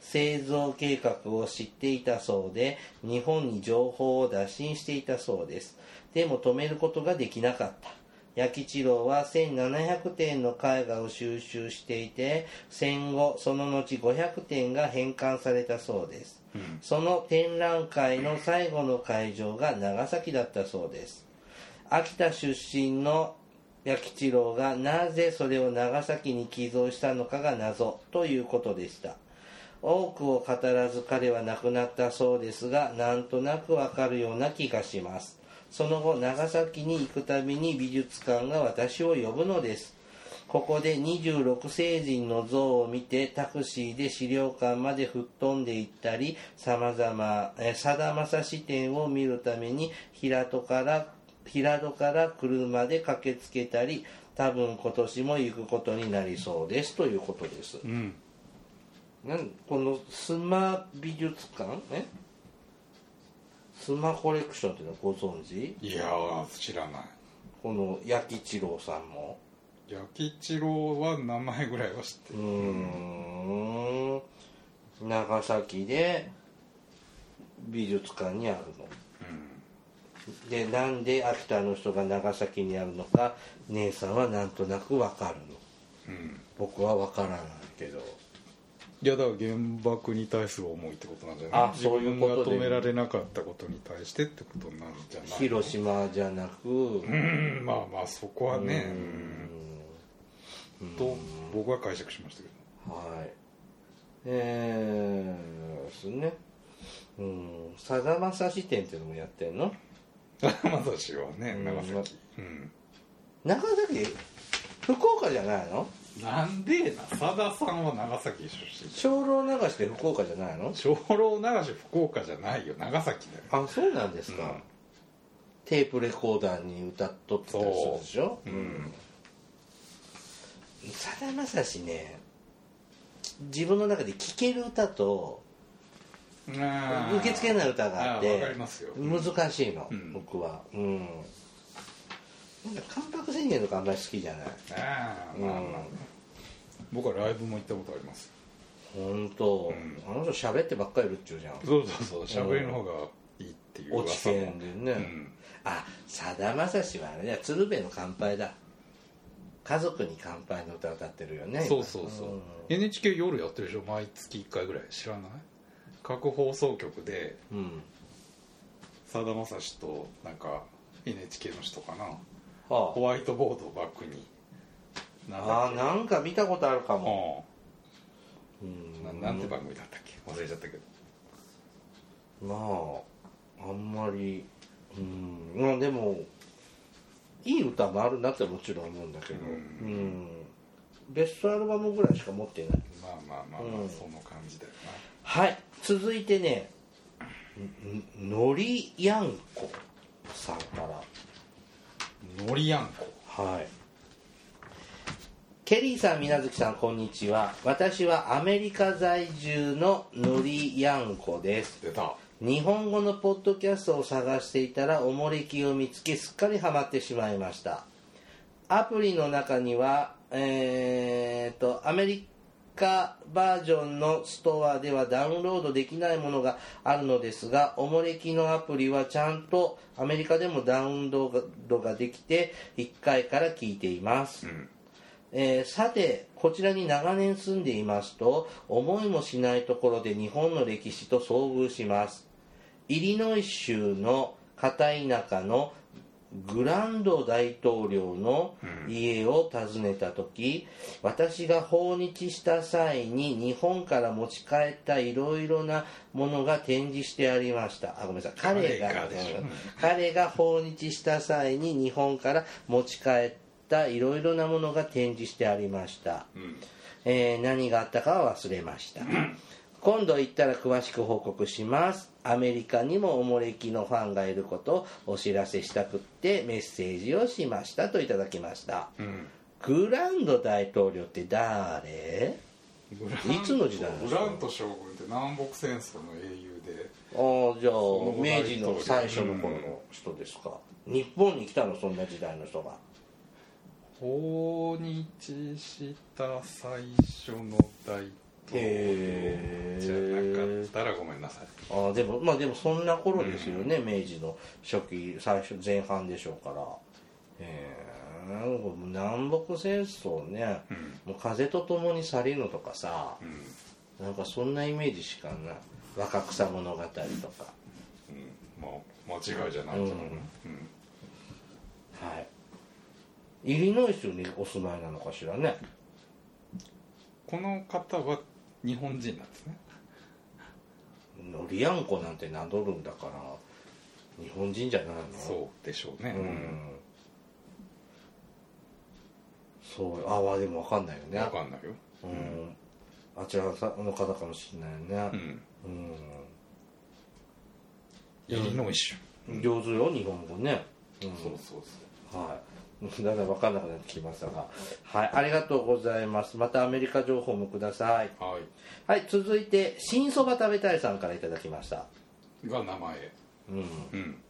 A: 製造計画を知っていたそうで日本に情報を打診していたそうですでも止めることができなかった焼き一郎は1700点の絵画を収集していて戦後その後500点が返還されたそうです、その展覧会の最後の会場が長崎だったそうです秋田出身の焼き一郎がなぜそれを長崎に寄贈したのかが謎ということでした多くを語らず彼は亡くなったそうですがなんとなくわかるような気がしますその後長崎に行くたびに美術館が私を呼ぶのですここで26聖人の像を見てタクシーで資料館まで吹っ飛んでいったり様々えさだまさし展を見るために平戸から平戸から車で駆けつけたり多分今年も行くことになりそうですということです
B: うん
A: なんこのスマ美術館えスマコレクションっていうのはご存知
B: いやー知らない
A: この焼き郎さんも
B: 焼き一郎は名前ぐらいは知って
A: う
B: る
A: ーん長崎で美術館にあるのでなんで秋田の人が長崎にあるのか姉さんはなんとなくわかるの
B: うん、うん、
A: 僕はわからないけど
B: いやだから原爆に対する思いってことなんじゃない
A: あ
B: 自
A: そういう
B: 分
A: こ
B: が
A: とで
B: 止められなかったことに対してってことなんじゃない
A: 広島じゃなく、
B: うんまあまあそこはね
A: うん
B: うんと僕は解釈しましたけど
A: はい。えー、ですね。うん、さだまさし展っていうのもやってんの
B: まさしはね
A: うん
B: 長崎うん
A: 長崎福岡じゃないの
B: なんでなさださんは長崎出身
A: 長老流しで福岡じゃないの
B: 長老流し福岡じゃないよ長崎だよ
A: あ、そうなんですか。
B: うん
A: テープレコーダーに歌っとってたりするでしょ
B: そううん
A: さだまさしね、自分の中で聴ける歌と、受け付け
B: ない
A: ない歌があっ
B: あー
A: て
B: わかりますよ
A: 難しいの、
B: うん
A: 僕はうんなんか関白宣言とかあんまり好きじゃない
B: ああまあまあね僕はライブも行ったことあります
A: 本当、
B: うん
A: あの人喋ってばっかりいるっちゅうじゃん
B: そうそうそう喋りの方がいいっていう
A: 落ち
B: 噂
A: て
B: も
A: んでね、
B: うん
A: あさだまさしはあれだ鶴瓶の乾杯だ家族に乾杯の歌歌ってるよね
B: そうそうそう、
A: ん
B: NHK 夜やってるでしょ毎月1回ぐらい知らない各放送局で
A: うん
B: さだまさしとなんか NHK の人かな
A: あ
B: ホワイトボードをバックにな
A: ああ
B: んだっ
A: なんか見たことあるか
B: け
A: も、う
B: うんなんんなんて番組だったっけ忘れちゃったけど
A: まああんまりうんまあでもいい歌もあるなってもちろん思うんだけど、う
B: うんん
A: ベストアルバムぐらいしか持ってない
B: まあまあまあまあ、
A: うん
B: その感じだよ
A: はい続いてねんんのりやんこさんから
B: なのりやんこ
A: はいケリーさん、水無月さん、こんにちは。私はアメリカ在住ののりやんこです。
B: 出た
A: 日本語のポッドキャストを探していたらおもれきを見つけすっかりハマってしまいましたアプリの中にはえー、とアメリカバージョンのストアではダウンロードできないものがあるのですがおもれきのアプリはちゃんとアメリカでもダウンロードができて1回から聞いています
B: うん
A: えーさてこちらに長年住んでいますと思いもしないところで日本の歴史と遭遇しますイリノイ州の片田舎のグランド大統領の家を訪ねた時、私が訪日した際に日本から持ち帰ったいろいろなものが展示してありましたあごめんなさい彼が
B: 彼がでしょ
A: うん彼が訪日した際に日本から持ち帰ったいろいろなものが展示してありました、
B: うん
A: えー何があったかは忘れました今度行ったら詳しく報告しますアメリカにもおもれきのファンがいることをお知らせしたくってメッセージをしましたといただきました
B: うん
A: グランド大統領って誰
B: ブラ
A: い
B: ン
A: つの時代なんで
B: ブ
A: すか
B: ラント将軍って南北戦争の英雄で
A: ああじゃあ
B: の
A: 明
B: 大統領
A: 治の最初の頃の人ですか、日本に来たのそんな時代の人が
B: 訪日した最初の大統
A: へ
B: 領
A: ー
B: じゃなかったらごめんなさい
A: ああでもまあでもそんな頃ですよね、明治の初期最初前半でしょうからええ南北戦争ね、もう風と共に去りぬとかさ、なんかそんなイメージしかない若草物語とか
B: まあ間違いじゃないと思う、
A: うん
B: うん
A: はいイリノイ州にお住まいなのかしらね
B: この方は日本人なんですね
A: のりやんこなんて名乗るんだから日本人じゃないの
B: そうでしょうね、
A: ううんそうああでも分かんないよね
B: 分かんないよ、
A: うんあちらの方かもしれないよ
B: う
A: ね
B: ん、
A: うん、
B: イリノイ州
A: 上手よ日本語ね、うん、
B: そう
A: はい だんだん分かんなくなってきましたがはいありがとうございますまたアメリカ情報もください
B: そうはい
A: はい続いて新そば食べたいさんからいただきました
B: が名前
A: うん
B: うん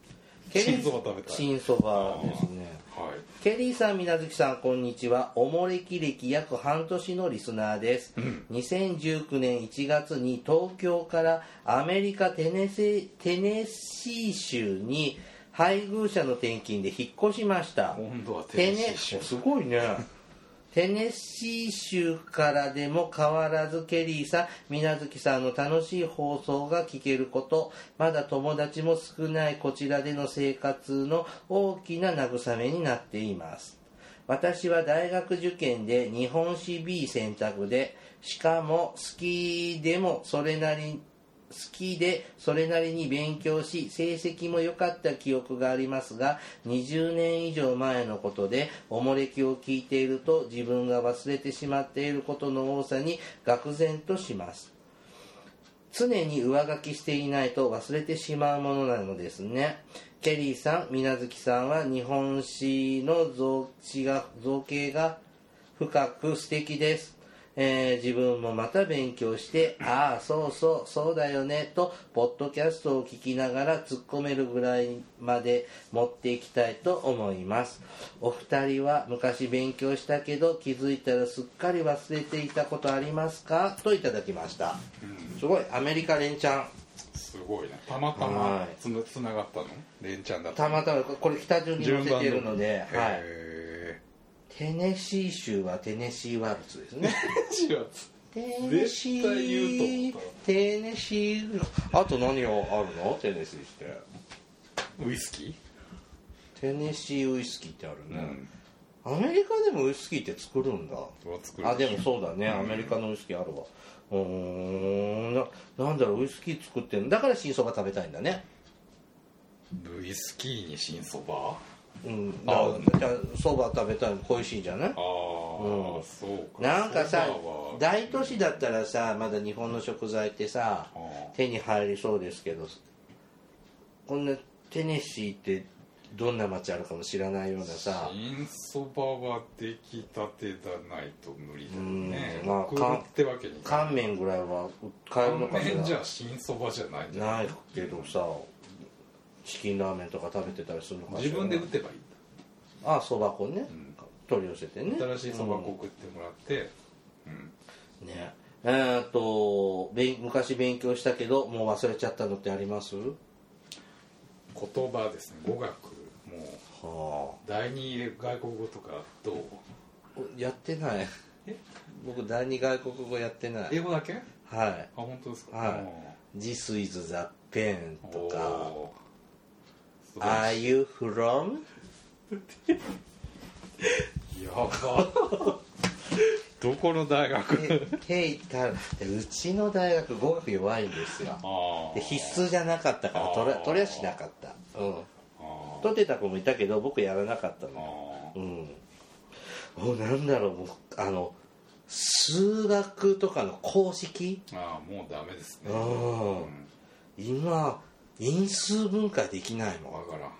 A: ケリー
B: 新そば食べたい
A: 新そばですね
B: はい
A: ケリーさん、みなずきさん、こんにちは。おもれき歴約半年のリスナーです。2019年1月に東京からアメリカテネセテネシー州に配偶者の転勤で引っ越しました。
B: 今度は
A: テ
B: テネシ
A: ネ
B: ー州
A: すごいねテネシー州からでも変わらずケリーさん水月さんの楽しい放送が聞けることまだ友達も少ないこちらでの生活の大きな慰めになっています私は大学受験で日本史 B 選択でしかもスキーでもそれなり好きでそれなりに勉強し成績も良かった記憶がありますが20年以上前のことでおもれきを聞いていると自分が忘れてしまっていることの多さに愕然とします常に上書きしていないと忘れてしまうものなのですねケリーさん水月さんは日本史の造地が造形が深く素敵です、えー自分もまた勉強してああそうそうそうだよねとポッドキャストを聞きながら突っ込めるぐらいまで持っていきたいと思いますお二人は昔勉強したけど気づいたらすっかり忘れていたことありますかといただきましたすごいアメリカ連チャン
B: すごいねたまた
A: は
B: ま
A: い
B: つなつながったの連チャンだった
A: たまたまこれ北順に載せているので
B: の
A: はい、
B: へ
A: テネシー州はテネシーワルツですね
B: ー4月
A: テネシ
B: 絶対言う
A: ー
B: と思っ
A: テネシーあと何があるのテネシーって
B: ウイスキ
A: テネシーウイスキーってある
B: ーう
A: ね、
B: ん
A: アメリカでもウイスキーって作るんだ
B: は作る
A: あでもそうだね、アメリカのウイスキーあるわうーんななんだろうウイスキー作ってるだから新そば食べたいんだね
B: ウイスキーに新そば
A: うんだからじゃあそば食べたいの恋しいんじゃない
B: ああ、そうか
A: なんかさ
B: そばは
A: 大都市だったらさまだ日本の食材ってさ
B: あー
A: 手に入りそうですけどこんなテネシーってどんな街あるかも知らないようなさ
B: 新そばは出来たてだないと無理だよね
A: うんまあ
B: 送るってわけにいかない
A: 乾麺ぐらいは買えるのかし
B: 乾麺じ
A: ら
B: ゃ新そばじゃないんじゃない
A: ないけどさチキンラーメンとか食べてたりするのかしら
B: 自分で打てばいいん
A: あそば粉ね、取り寄せてね
B: だ新しいそば粉送ってもらってうん
A: ねえーっと勉昔勉強したけどもう忘れちゃったのってあります
B: 言葉ですね語学もう
A: はあ
B: 第二外国語とかどう
A: やってない
B: え
A: 僕第二外国語やってない
B: 英語だけあ
A: はい
B: 本当ですか
A: はい「
B: い
A: This is the pen」とか「
B: あ
A: Are you from?」
B: やばどこの大学
A: で「Hey たら」でうちの大学語学弱いんですよ
B: ああ
A: で必須じゃなかったから取れ
B: あー
A: 取れはしなかった、うん、
B: あ
A: 取ってた子もいたけど僕やらなかった
B: ー
A: の
B: あ
A: うんおなんだろうもうあの数学とかの公式
B: ああもうダメですね
A: あー今因数分解できないの
B: 分からん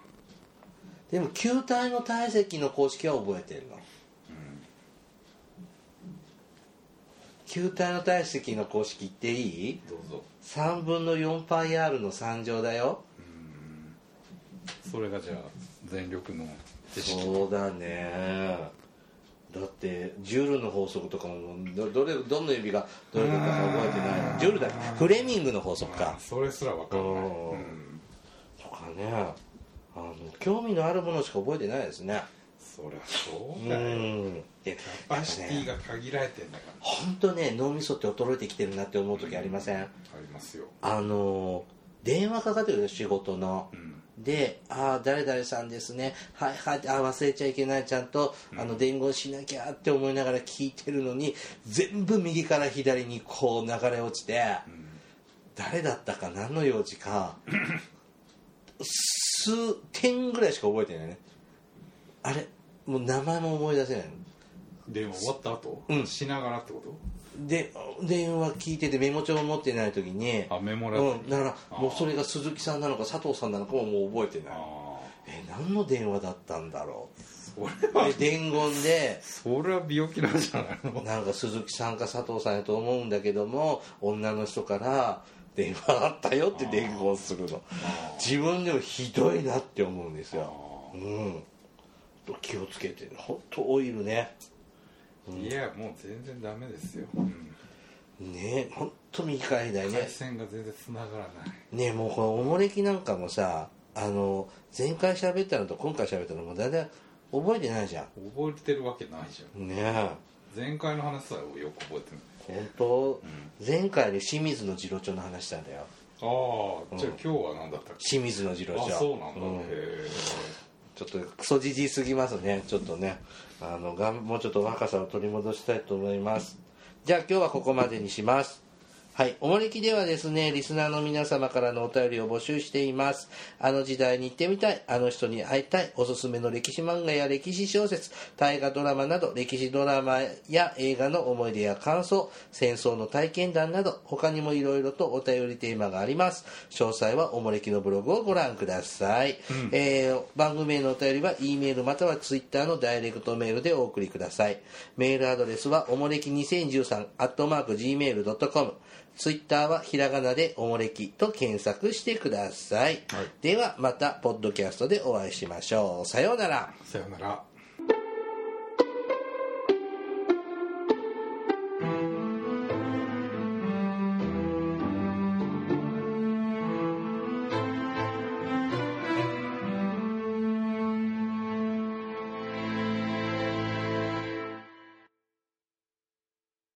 A: でも球体の体積の公式は覚えてるの球体の体積の公式言っていい
B: どうぞ
A: ?3 分の 4πr の3乗だよ
B: それがじゃあ全力の知識
A: そうだねだってジュールの法則とかもどどれどの指がどれだか覚えてないのジュールだっけフレミングの法則か
B: あそれすら分からない、
A: おー
B: うん
A: とかねあの興味のあるものしか覚えてないですね
B: そりゃそううだよ、
A: んで
B: バシティが限られてんだから
A: 本当ね脳みそって衰えてきてるなって思う時ありません
B: ありますよ、
A: あの電話かかってくるよ仕事の
B: うん、
A: で「ああ誰々さんですねはいはいあー忘れちゃいけないちゃんとあの伝言しなきゃ」って思いながら聞いてるのに全部右から左にこう流れ落ちて、誰だったか何の用事 か数点ぐらいしか覚えてないねあれもう名前も思い出せないの
B: でも終わった後、
A: うん
B: しながらってこ
A: で電話聞いててメモ帳も持ってない時に
B: とあメモらずに、
A: うん、だからもうそれが鈴木さんなのか佐藤さんなのかももう覚えてない
B: あ
A: え何の電話だったんだろ
B: あそれ
A: う
B: は
A: で伝言で
B: それは病気なんじゃないの
A: なんか鈴木さんか佐藤さんやと思うんだけども女の人から電話あったよって伝言するの自分でもひどいなって思うんですようん気をつけて本当オイルね
B: いやもう全然ダメですよ、うん、
A: ね本当右から左ね
B: 回線が全然繋がらない
A: ねもうこのおもれきなんかもさあの前回喋ったのと今回喋ったのもだんだん覚えてないじゃ
B: 覚えてるわけないじゃん
A: んねえ
B: 前回の話さえよく覚えてない
A: 本当、前回で清水の次郎長の話したんだよ
B: ああじゃあ今日は何だったっけ、
A: 清水の次郎長
B: あそうなんだ、
A: うん
B: へえ
A: ちょっとクソじじいすぎますねちょっとねあのがんもうちょっと若さを取り戻したいと思いますじゃあ今日はここまでにしますはい。おもれきではですね、リスナーの皆様からのお便りを募集しています。あの時代に行ってみたい、あの人に会いたい、おすすめの歴史漫画や歴史小説、大河ドラマなど、歴史ドラマや映画の思い出や感想、戦争の体験談など、他にもいろいろとお便りテーマがあります。詳細はおもれきのブログをご覧ください。えー番組へのお便りは、E メールまたは Twitter のダイレクトメールでお送りください。メールアドレスは、おもれき2013、アットマーク Gmail.com。ツイッターはひらがなでおもれきと検索してください。
B: はい
A: ではまたポッドキャストでお会いしましょう。さようなら。
B: さよなら